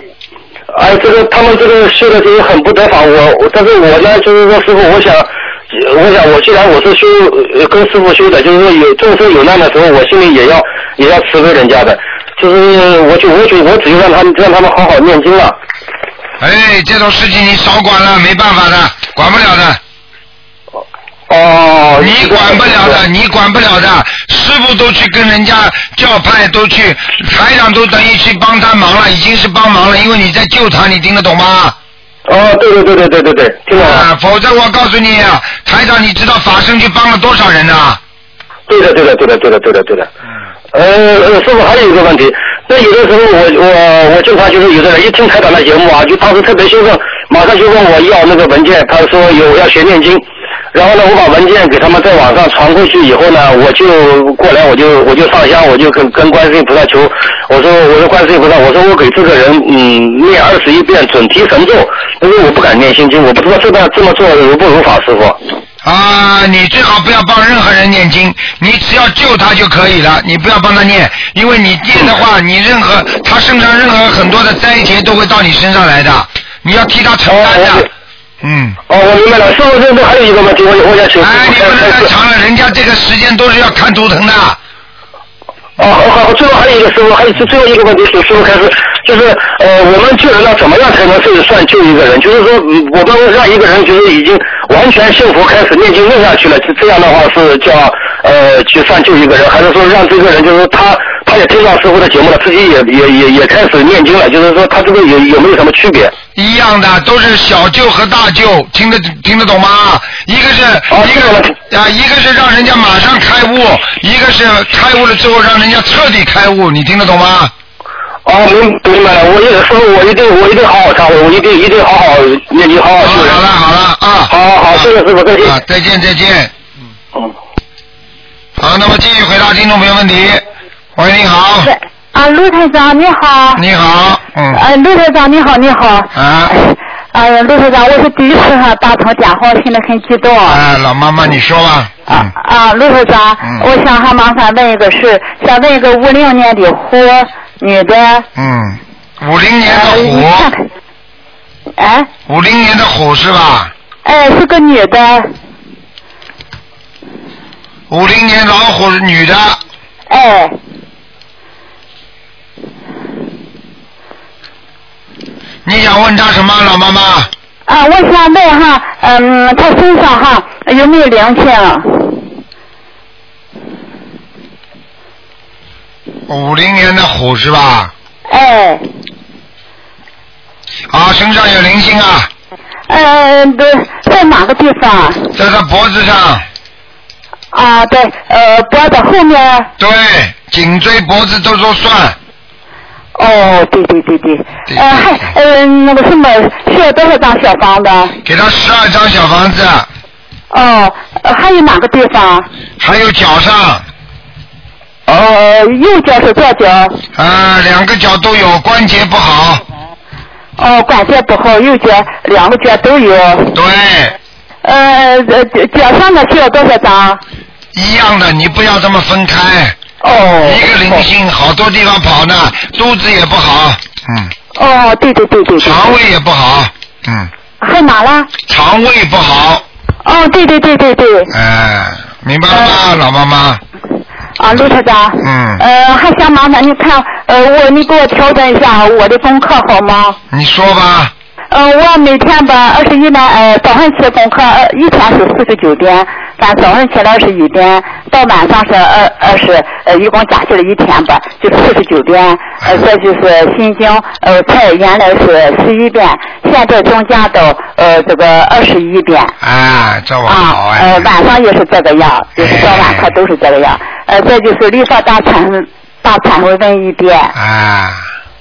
哎，这个他们这个修的就是很不得法，我我但是我呢就是说师傅，我想，我想我既然我是修呃跟师傅修的，就是说有众生有难的时候，我心里也要也要慈悲人家的，就是我就我就我只有让他们让他们好好念经了。
哎，这种事情你少管了，没办法的，管不了的，
哦，
你管不了的，你管不了的。师傅都去跟人家教派都去，台长都等于去帮他忙了，已经是帮忙了，因为你在救他，你听得懂吗？
哦，对对对对对对对，听懂
啊
了。，
否则我告诉你啊，台长，你知道法身去帮了多少人呢、
对的，对的，对的，对的，对的，对的。呃，呃师傅还有一个问题，那有的时候我我我经常就是有的人一听台长的节目啊，就当时特别兴奋，马上就问我要那个文件，他说有要学念经，然后呢，我把文件给他们在网上传过去以后呢，我就过来我就我就上香，我就跟跟观世音菩萨求，我说我说观世音菩萨，我说我给这个人嗯念二十一遍准提神咒，因为我不敢念心经，我不知道这段这么做如不如法，师傅。
啊，你最好不要帮任何人念经，你只要救他就可以了，你不要帮他念，因为你念的话，
嗯
你任何他身上任何很多的灾劫都会到你身上来的，你要替他承担
哦
的
我。
嗯，
哦，我明白了，师傅，这这还有一个问题，我我想请师
哎，你
傅
不能
开
太
始。
长了，人家这个时间都是要看图腾的。
哦，好好，最后还有一个师傅，还有最最后一个问题，请师傅开始，就是呃，我们救人要怎么样才能是算救一个人？就是说，嗯我们让一个人就是已经完全信佛，开始念经念下去了，这这样的话是叫呃去算救一个人，还是说让这个人就是他他也听到师傅的节目了，自己也也也也开始念经了，就是说他这个有有没有什么区别？
一样的，都是小舅和大舅，听得听得懂吗？一个是、
哦
一
听得懂
个啊，一个是让人家马上开悟，一个是开悟了之后让人家彻底开悟，你听得懂吗？
哦，明明白了，我也师傅，我一定我一定好好忏悔，我一定一定好好念经，好好
好
修人。
了好了啊，
哦好好好谢谢师傅再见
啊，再见再见。
嗯。
好，那么继续回答听众朋友问题。喂，你好，
啊，陆台长你好。
你好，嗯，
呃，陆台长你好，你好。
啊
呃。哎呀，陆队长，我是第一次和大鹏讲话，心里很激动。
哎，老妈妈，你说吧。嗯。
啊，陆队长，
嗯
我想还麻烦问一个事，想问一个五零年的虎女的，
嗯，五零年
呃，你
的
看看，哎，
虎，五零年的虎是吧？
哎，是个女的，
五零年老虎是女的，
哎，
你想问她什么，老妈妈？
啊，我想问哈，嗯，她身上哈有没有灵性？
五零年的虎是吧？
哎，
啊，身上有灵性啊，
嗯、对，在哪个地方？
在她脖子上，
啊，对，呃，脖子后面。啊
对，颈椎、脖子都都算，
哦，对对对对，
对
呃，还呃那个什么，需要多少张小房子？
给她十二张小房子，
哦，呃还有哪个地方？
还有脚上，
呃，右脚是左脚，
啊，两个脚都有，关节不好，
哦，关节不好，右脚两个脚都有。
对，
呃，呃脚上的需要多少张？
一样的，你不要这么分开，
哦，
一个灵性好多地方跑呢，肚子也不好，嗯，
哦，对对对对对。
肠胃也不好，嗯，
还哪了？
肠胃不好，
哦，对对对对对。
哎、明白了吗，老妈妈？
啊，陆科长。
嗯
呃，还想麻烦你看，呃，我你给我调整一下我的功课好吗？
你说吧，
呃，我每天吧，二十一呢，呃，早上起的功课，呃一天是四十九点，咱早上起来二十一点，到晚上是二二十，呃，一共加起来一天吧，就四十九点，呃，这就是心经，呃，菜原来是十一遍，现在增加到呃这个二十一遍。
哎、这我好
啊，
哎、
呃，晚上也是这个样，就是早晚课都是这个样，呃，这就是绿色大忏大忏悔文一遍。
哎，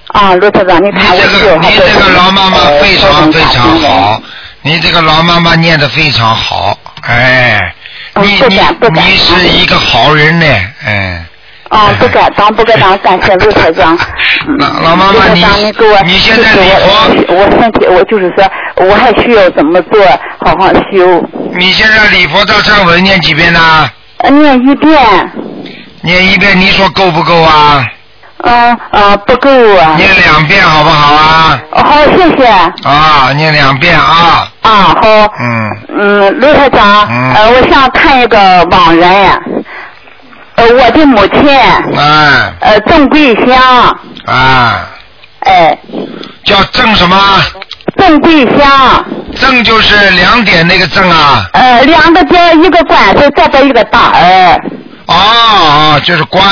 啊，卢科长，你
你
看我
这个
就还
你
是
这个老妈妈
呃
非
非
常
常
非
感
常
恩的
好，你这个老妈妈念的非常好，哎，
嗯
你
不
你
敢不敢
你是一个好人呢，哎。
啊，不敢当，不敢当，感谢陆台长。
老老妈妈
陆台长
你
你给我，
你现在
就是
礼
我我身体，我就是说，我还需要怎么做，好好修，
你现在礼佛大忏文念几遍呢、
呃念一遍，
念一遍，你说够不够啊？
嗯呃不够啊。
念两遍好不好啊？
哦好，谢谢。
啊，念两遍啊。
啊，好。
嗯，
嗯，卢台长，
嗯
呃，我想看一个网人，呃，我的母亲，
哎
呃，郑桂香，
啊，
哎，
叫正什么？
郑桂香，
正就是两点那个正啊。
呃，两个边一个管子，再边一个大耳，
哦哦，就是关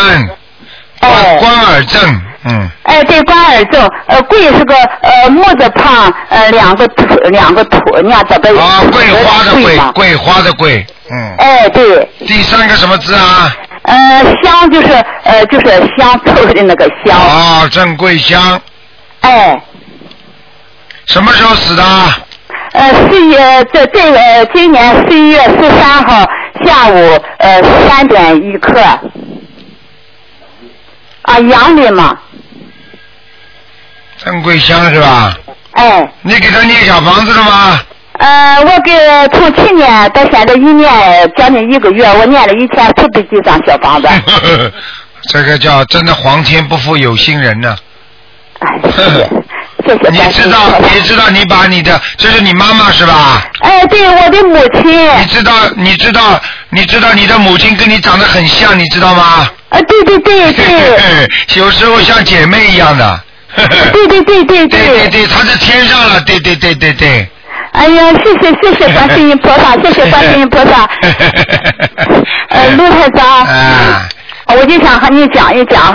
关
哎，
关尔正，嗯，
哎，对，关耳症，呃，桂是个呃木字旁，呃，两个土，两个土，你看这边
啊，桂花的
哎桂
桂
嘛，
桂花的桂，嗯，
哎，对，
第三个什么字啊？
呃，香就是呃就是香臭的那个香，
哦，郑桂香，
哎。
什么时候死的？啊
呃，四月这这个呃今年十一月十三号下午呃三点一刻，啊阳历嘛，
郑桂香是吧？
哎，
你给他念小房子了吗？
呃，我给从去年到现在一年将近一个月，我念了一千四百几张 小房子，
这个叫真的皇天不负有心人呢、
哎，谢谢谢谢
你
关
知
心
道，
谢谢
你知道，你把你的，这是你妈妈是吧？
哎，对我的母亲，
你知道，你知道，你知道你的母亲跟你长得很像，你知道吗？
啊对对 对对，
有时候像姐妹一样的。
对对对对
对 对对，她在天上了，对对对对对。。
哎呀，谢谢谢谢观世音菩萨，谢谢观世音菩萨呃，陆台长，
啊
哦我就想和你讲一讲
啊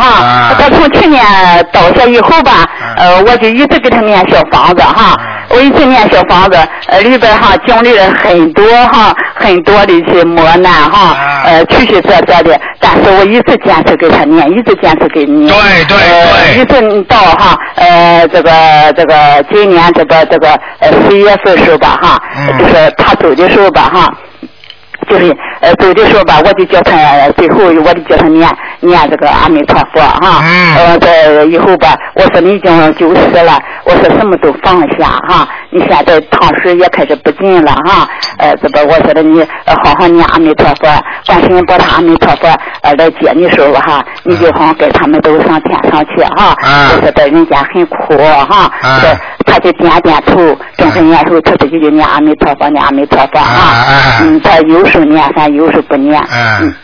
哈，他从去年倒下以后吧，呃，我就一直给他念小房子
啊
哈，我一直念小房子，呃，里边哈经历了很多哈，很多的一些磨难哈
啊，
呃，曲曲折折的，但是我一直坚持给他念，一直坚持给你念，
对对
呃
对
一直到哈，呃，这个这个今年这个这个呃十一月份时候吧哈
嗯，
就是他走的时候吧哈。就是呃走的时候吧，我就叫他呃最后我就叫他念念这个阿弥陀佛哈。
嗯
呃，这以后吧，我说你已经九十了，我说什么都放下哈，你现在汤水也开始不进了哈。呃，这不我说的你呃好好念阿弥陀佛，观世音菩萨阿弥陀佛呃来接你时候哈，你就好像跟他们都上天上去哈。
嗯
我说的人家很苦哈。
嗯
这他就点点头，睁开眼时候他自己就念阿弥陀佛，念阿弥陀佛啊
啊啊。
嗯，他有时候念，反正有时候不念。
嗯
嗯。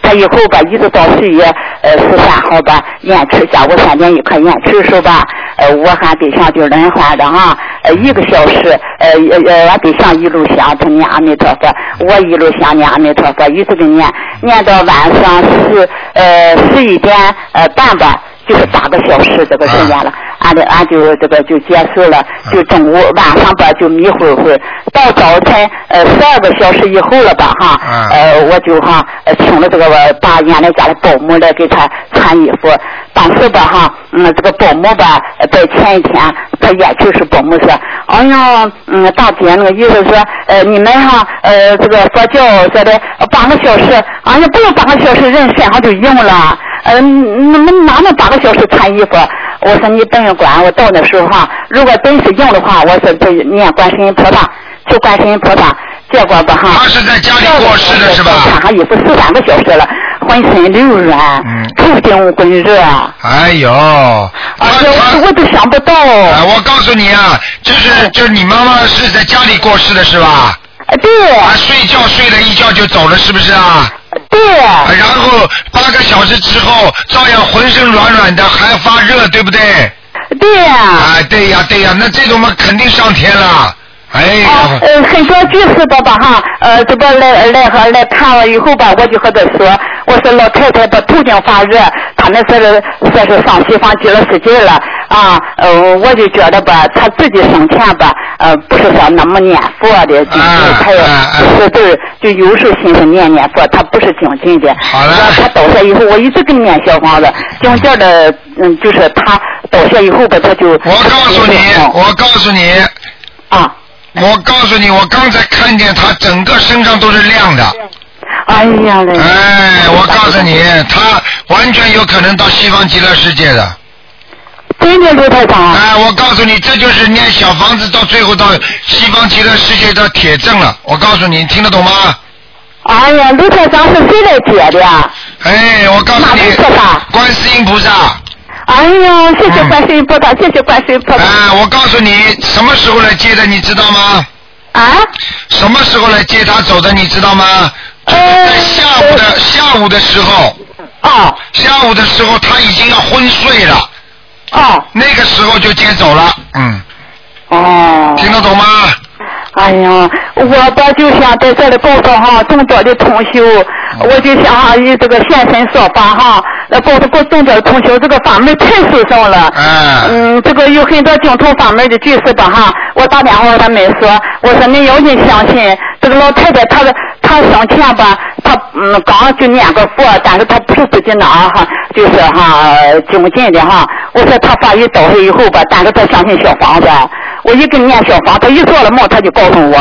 他以后吧，一直到十一月呃十三号吧，延迟下午三点一刻延迟时候吧，呃，我喊对象就轮换着啊，呃，一个小时，呃呃呃，俺对象一路想他念阿弥陀佛，我一路想念阿弥陀佛，一直的念，念到晚上十呃十一点呃半吧，就是八个小时这个时间了，俺的俺就这个就结束了，就中午晚上吧就迷糊糊，到早晨呃十二个小时以后了吧哈，
嗯
呃。呃，我就哈，呃，请了这个呃把原来家的保姆来给他穿衣服。当时吧哈，嗯，这个保姆吧，呃在前一天，他也就是保姆说，哎呀，嗯，大姐那个意思说，呃，你们哈，呃，这个佛教说的呃八个小时，哎呀，不用八个小时，人身上就硬了，呃，那那哪能八个小时穿衣服？我说你不用管，我到那时候哈，如果真是硬的话，我说这念观世音菩萨，求观世音菩萨。结果吧哈，
他是在家里过世的是吧
穿上衣服十三个小时了，浑身流软
嗯，
头顶滚热，而
哎呦，他
且
他
我我都想不到，
哎，我告诉你啊，就是就是你妈妈是在家里过世的是吧？
呃对
啊，睡觉睡了一觉就走了是不是啊？
对，
啊然后八个小时之后照样浑身软软的，还发热，对不对？
对呀，
啊，对呀对呀，那这种嘛肯定上天了。哎呀，
啊，呃，很多居士吧吧哈，呃，这个来来和来看了以后吧，我就和他说，我说老太太吧头顶发热，他们说是说是上西方极乐世界了啊，呃，我就觉得吧，他自己生前吧，呃，不是说那么念佛的，就是
啊
他也
啊啊
不是就是就有时候心生念念佛，他不是精进的。
好了
然后他倒下以后，我一直跟念小房子，中间的嗯，就是他倒下以后吧，他就嗯
我告诉你，我告诉你，
啊，
我告诉你，我刚才看见他整个身上都是亮的。
哎呀嘞。
哎，我告诉你，他完全有可能到西方极乐世界的。
真的卢台长，
哎，我告诉你，这就是念小房子到最后到西方极乐世界的铁证了。我告诉你，你听得懂吗？
哎呀，卢台长是谁来解的啊呀？
哎，我告诉
哪
你
位菩萨，
观世音菩萨。
哎呀，谢谢观世音菩萨，谢谢观世音菩萨。
哎，我告诉你，什么时候来接的，你知道吗？
啊？
什么时候来接他走的，你知道吗？就是在下午的下午的时候，
哦
下午的时候他已经要昏睡了，
哦
那个时候就接走了。嗯，
哦。
听得懂吗？
哎呀，我吧就想在这里告诉哈众多的同修，
嗯
我就想哈以这个现身说法哈，呃告诉众多的同修这个法门太殊胜了。
哎
嗯，这个有很多精通法门的居士吧哈，我打电话给他们说，我说你要你相信这个老太太她的她生前吧，她嗯刚就念过佛，但是她不是自己拿哈，就是哈精进的哈。我说她法医倒下以后吧，但是她相信小房子，我一跟念小房，她一做了梦，她就告诉我，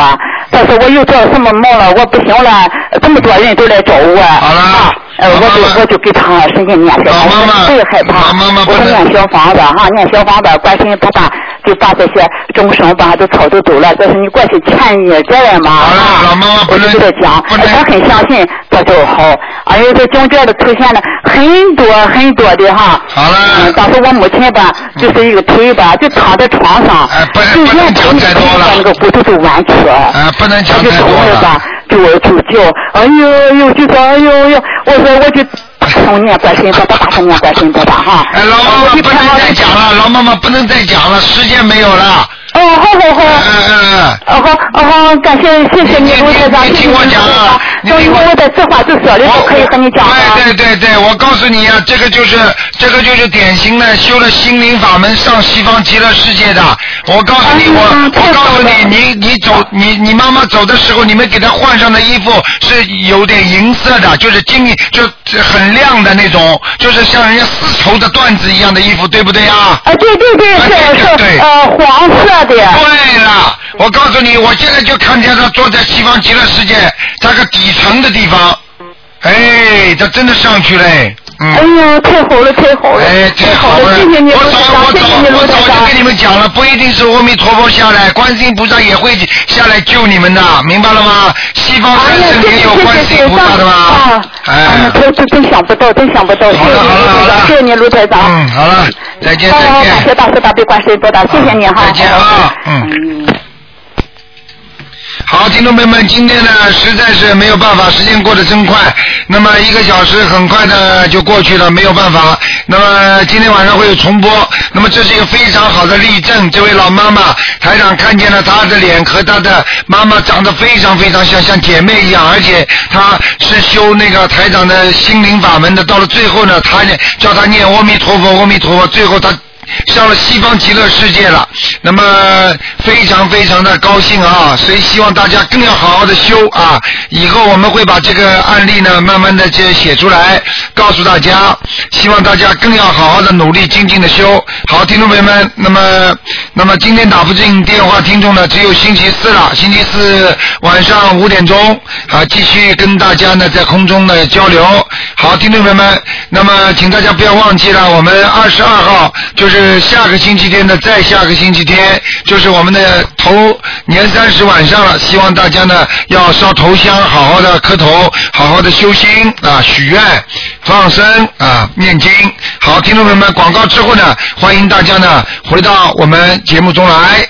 她说我又做了什么梦了，我不行了，这么多人都来找我。
好了
啊呃，我
老妈妈
就我就给她使劲念小
老妈
房
妈
子，最害怕，
老妈妈不
我说
能
念小房子哈，念小房子，观世音菩萨就把这些众生吧都超度走了，这是你过去欠你的债嘛。
好了
啊
老妈妈不
我
能
就给他讲，哎
不能
他很相信，这就好。而且这中间的出现了很多很多的哈。
好了
嗯当时我母亲吧，就是一个腿吧，就躺在床上，
哎嗯不能
就
不能
越
讲太多了
那个骨头就弯曲了。
哎不能讲
他就
太多
疼
了
了吧，就就叫，哎呦哎呦，就说哎呦哎呦，我说我就大声念观世音菩萨，大声念观世音菩萨哈。
哎，老妈
我
妈
就
不能
看到
再讲了，老妈妈不能再讲了，时间没有了。
哦，好好
嗯
好。
嗯嗯。
哦好，哦好，感谢谢谢你卢台长，谢谢你卢
啊
台长。等以后我在这话就说了，就可以和你讲了。
哦
啊
对对对对，我告诉你啊，这个就是这个就是典型的修了心灵法门上西方极乐世界的。我告诉你，
哎呀
我
太
我告诉
好了
你，你你走你你妈妈走的时候，你们给她换上的衣服是有点银色的，就是金就很亮的那种，就是像人家丝绸的缎子一样的衣服，对不对啊？
哎啊，对对对，
哎
是
对对对
是呃黄色的。
对了。我告诉你，我现在就看见他坐在西方极乐世界那个底层的地方，哎，他真的上去嘞，嗯。
哎呀，太好了，太好了，
哎，
太
太
好
好了！
了，谢谢你
我
卢台
早
长，
我
谢
早
谢你卢
我
台
早就跟你
长。
们讲了，不一定是阿弥陀佛下来，观世音菩萨也会下来救你们的，明白了吗？西方
哎
三
呀，
圣
谢谢
也有观世
谢谢
音
谢
菩
谢
萨的
啊
嘛。！
哎
哎
呀，，真真真想不到，真想不到，谢谢
好了
你
好
卢
了
台
好
长，
了，
谢谢你卢台长。
嗯，好了，再见
哎呀
再
感谢
见。
大慈大悲观世音菩萨，谢谢你哈。
再见啊嗯。好，听众朋友们，今天呢实在是没有办法，时间过得真快，那么一个小时很快的就过去了，没有办法。那么今天晚上会有重播，那么这是一个非常好的例证。这位老妈妈，台长看见了她的脸和她的妈妈长得非常非常像，像姐妹一样，而且她是修那个台长的心灵法门的。到了最后呢，她也叫她念阿弥陀佛，阿弥陀佛，最后她。上了西方极乐世界了，那么非常非常的高兴啊！所以希望大家更要好好的修啊！以后我们会把这个案例呢，慢慢的这写出来，告诉大家。希望大家更要好好的努力，精进的修。好，听众朋友们，那么那么今天打不进电话听众呢，只有星期四了，星期四晚上五点钟啊，继续跟大家呢在空中呢交流。好，听众朋友们，那么请大家不要忘记了，我们二十二号就是下个星期天的，再下个星期天就是我们的头年三十晚上了，希望大家呢要烧头香，好好的磕头，好好的修心啊，许愿、放生啊，念经。好，听众朋友们，广告之后呢，欢迎大家呢回到我们节目中来。